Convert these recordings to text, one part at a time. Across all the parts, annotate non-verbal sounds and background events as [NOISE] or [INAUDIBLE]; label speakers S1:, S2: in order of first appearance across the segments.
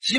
S1: 喜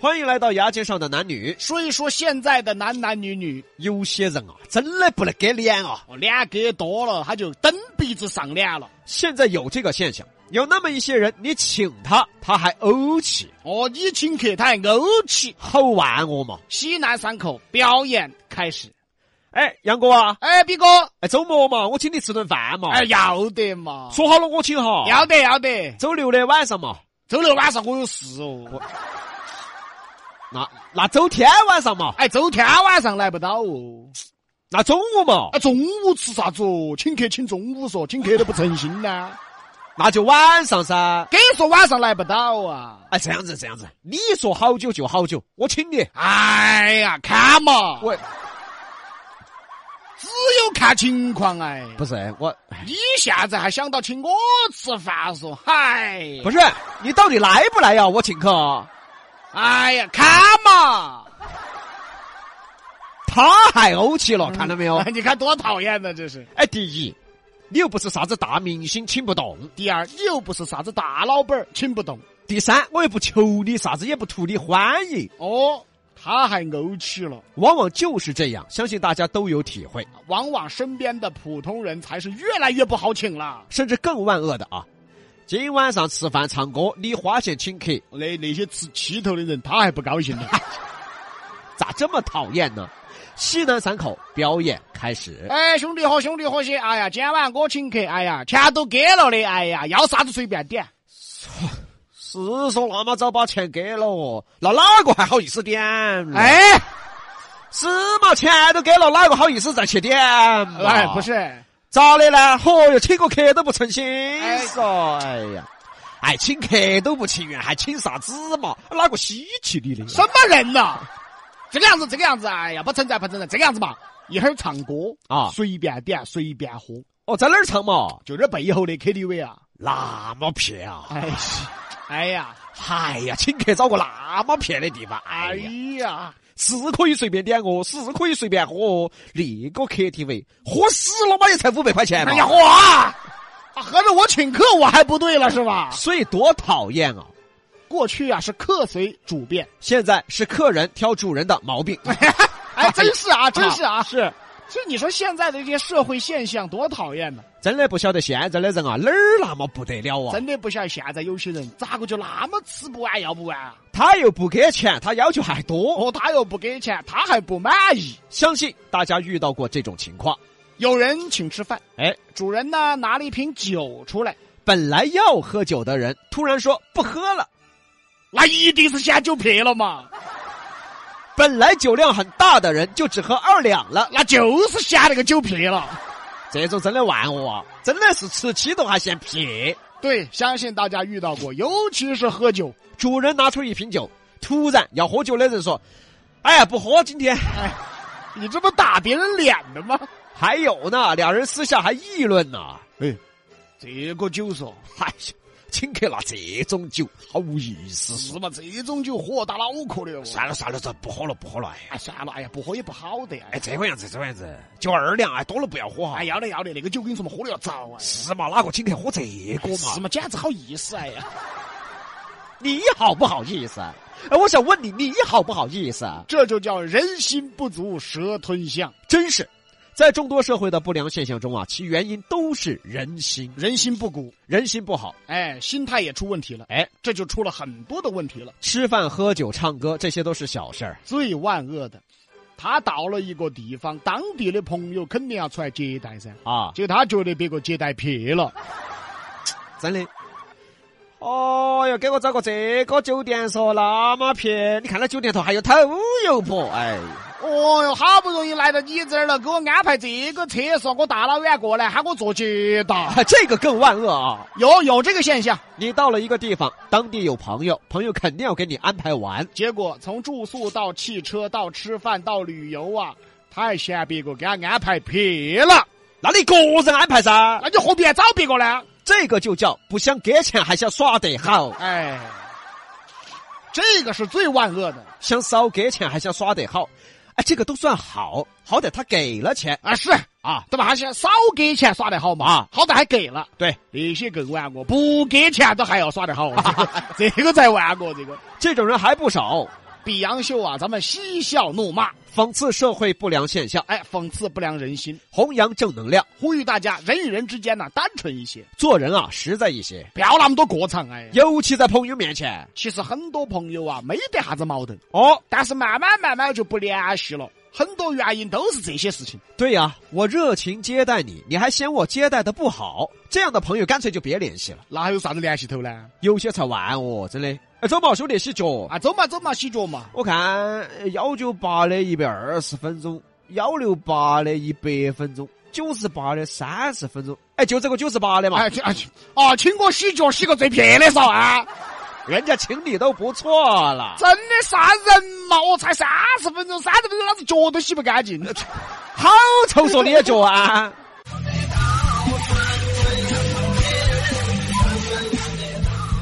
S2: 欢迎来到牙尖上的男女。
S3: 所以说，现在的男男女女，
S2: 有些人啊，真的不能给脸啊。
S3: 哦脸给多了，他就蹬鼻子上脸了。
S2: 现在有这个现象，有那么一些人，你请他，他还怄气。
S3: 哦，你请客他还怄气。
S2: 好玩我嘛。
S3: 西南三口表演开始。
S2: 哎，杨哥啊，
S3: 哎，比哥，
S2: 哎，周末嘛，我请你吃顿饭嘛。
S3: 哎，，要得嘛，
S2: 说好了我请哈。
S3: 要得要得。
S2: 周六的晚上嘛，
S3: 周六晚上我有事哦。
S2: 那那周天晚上嘛，
S3: 哎，周天晚上来不到哦。
S2: 那中午嘛，
S3: 啊，中午吃啥子哦？请客请中午嗦，请客都不诚心呢、
S2: 那就晚上噻。
S3: 给说晚上来不到啊！
S2: 哎，这样子这样子，你说好久就好久，我请你。
S3: 哎呀，看嘛，
S2: 我
S3: 只有看情况哎。
S2: 不是我，
S3: 你现在还想到请我吃饭嗦？嗨，
S2: 不是你到底来不来呀、我请客啊，
S3: 哎呀，看嘛，
S2: 他还怄气
S3: 嗯
S2: 了，看到没有？
S3: [LAUGHS] 你看多讨厌呢，这是。
S2: 哎，第一，你又不是啥子大明星，请不动；
S3: 第二，你又不是啥子大老板儿，请不动。
S2: 第三，我又不求你啥子，也不图你欢迎。
S3: 哦，他还怄气了。
S2: 往往就是这样，相信大家都有体会。
S3: 往往身边的普通人才是越来越不好请了。
S2: 甚至更万恶的啊！今晚上吃饭唱歌，你花钱请客，
S3: 那那些吃气头的人，他还不高兴呢。
S2: 咋这么讨厌呢？西南三口表演开始，
S3: [LAUGHS] 哎，兄弟伙，兄弟伙些，哎呀，今晚我请客，哎呀，钱都给了的，哎呀，要啥子随便点。
S2: 是说那么早把钱给了哦，那哪个还好意思点？哎，
S3: 哎，
S2: 是嘛，钱都给了，哪个好意思再去点？
S3: 哎
S2: 哎，，
S3: 不是，哎，
S2: 咋的呢？嚯哟，请个客都不诚心嗦，哎呀，哎，请客都不情愿，还请啥子嘛？哪个稀奇你的？
S3: 什么人呐？这个样子，这个样子，哎呀，不存在，不存在，这个样子嘛。一会儿唱歌
S2: 啊
S3: 随便点，随便喝，
S2: 哦，在哪儿唱嘛？
S3: 就这背后的 KTV 啊。
S2: 那么撇啊！
S3: 哎，哎呀，
S2: 哎呀，请客找个那么撇的地方，哎
S3: 哎
S2: 呀，
S3: 呀，
S2: 是可以随便点哦，是可以随便喝哦。那个 KTV 喝死了嘛也才五百块钱嘛
S3: 哎，呀，我啊，合着我请客我还不对了是吧？
S2: 所以多讨厌啊！
S3: 过去啊是客随主便，
S2: 现在是客人挑主人的毛病，
S3: 哎，真是啊，真是啊，
S2: 是
S3: 所以你说现在的这些社会现象多讨厌呢、
S2: 真的不晓得现在的人啊哪儿那么不得了啊！
S3: 真的不晓得现在有些人咋个就那么吃不完要不完啊？
S2: 他又不给钱，他要求还多。
S3: 哦，他又不给钱，他还不满意。
S2: 相信大家遇到过这种情况，
S3: 有人请吃饭，
S2: 哎，
S3: 主人呢拿了一瓶酒出来，
S2: 本来要喝酒的人突然说不喝了，
S3: 那一定是嫌酒撇了嘛，
S2: 本来酒量很大的人就只喝二两了。
S3: 那就是嫌那个酒撇了。
S2: 这种真的玩我啊，真的是吃鸡都还嫌撇。
S3: 对，相信大家遇到过，尤其是喝酒，
S2: 主人拿出一瓶酒，突然要喝酒的人说：“哎呀，不喝今天。
S3: 你这不打别人脸的吗？”
S2: 还有呢，俩人私下还议论呢。
S3: 这个酒嗦，
S2: 哎呀，请客拿这种酒，好无意思嗦。
S3: 是嘛？这种酒喝大脑壳的哦。
S2: 算了算了，这不喝了不喝了。哎呀，
S3: 哎，算了，哎呀，不喝也不好的。
S2: 哎，
S3: 哎，
S2: 这个样子这个样子，就二两，哎，多了不要喝哈。
S3: 哎，，要得要得，那个酒跟你说嘛，喝的要糟啊。
S2: 是嘛？哪个请客喝这个
S3: 是
S2: 嘛？
S3: 嘛？简直好意思哎呀！
S2: 你好不好意思？哎，我想问你，你好不好意思？啊
S3: 这就叫人心不足蛇吞象，
S2: 真是，在众多社会的不良现象中啊，其原因都是人心，
S3: 人心不古，
S2: 人心不好。
S3: 哎，心态也出问题了，
S2: 哎，
S3: 这就出了很多的问题了。
S2: 吃饭、喝酒、唱歌，这些都是小事儿。
S3: 最万恶的，他到了一个地方，当地的朋友肯定要出来接待噻，
S2: 啊，
S3: 结果他觉得别个接待撇了，
S2: 真的。哦哟，给我找个这个酒店嗦，那么撇！你看那酒店头还有头油婆，哎，
S3: 哦哟，好不容易来到你这儿了，给我安排这个车说我大老远过来喊我坐捷达，
S2: 这个更万恶啊！
S3: 有有这个现象。
S2: 你到了一个地方，当地有朋友，朋友肯定要给你安排玩。
S3: 结果从住宿到汽车到吃饭到旅游啊，太嫌别个给俺安排撇了，
S2: 那你个人安排噻
S3: 那，你何必还找别个呢？
S2: 这个就叫不想给钱还想耍得好，
S3: 哎，这个是最万恶的
S2: 想少给钱还想耍得好。哎，这个都算好，好歹他给了钱
S3: 啊！是
S2: 啊。
S3: 对吧？还是少给钱耍得好嘛，啊，好歹还给了。
S2: 对，
S3: 那些更万恶，不给钱都还要耍得好， [LAUGHS] 这个才万恶。这个
S2: 这种人还不少，
S3: 比洋秀啊，咱们嬉笑怒骂，
S2: 讽刺社会不良现象，
S3: 哎，讽刺不良人心，
S2: 弘扬正能量，
S3: 呼吁大家人与人之间呢、单纯一些，
S2: 做人啊实在一些，
S3: 不要那么多过场哎。
S2: 尤其在朋友面前。
S3: 其实很多朋友啊没得啥子矛盾，
S2: 哦，
S3: 但是慢慢慢慢就不联系了，很多原因都是这些事情。
S2: 对呀、我热情接待你，你还嫌我接待的不好，这样的朋友干脆就别联系了。
S3: 那还有啥子联系头呢？
S2: 有些才玩哦，真的。哎，周茂兄弟洗脚，
S3: 啊，走嘛走嘛，洗脚嘛。
S2: 我看呃幺九八的一百二十分钟，幺六八的一百分钟，九十八的三十分钟。哎，就这个九十八的嘛，
S3: 哎，去哎去，啊，请我洗脚洗个最撇的噻啊！
S2: 人家请你都不错了。 [LAUGHS]
S3: 真的啥人嘛？我才三十分钟，三十分钟老子脚都洗不干净。
S2: 好臭说你的脚啊！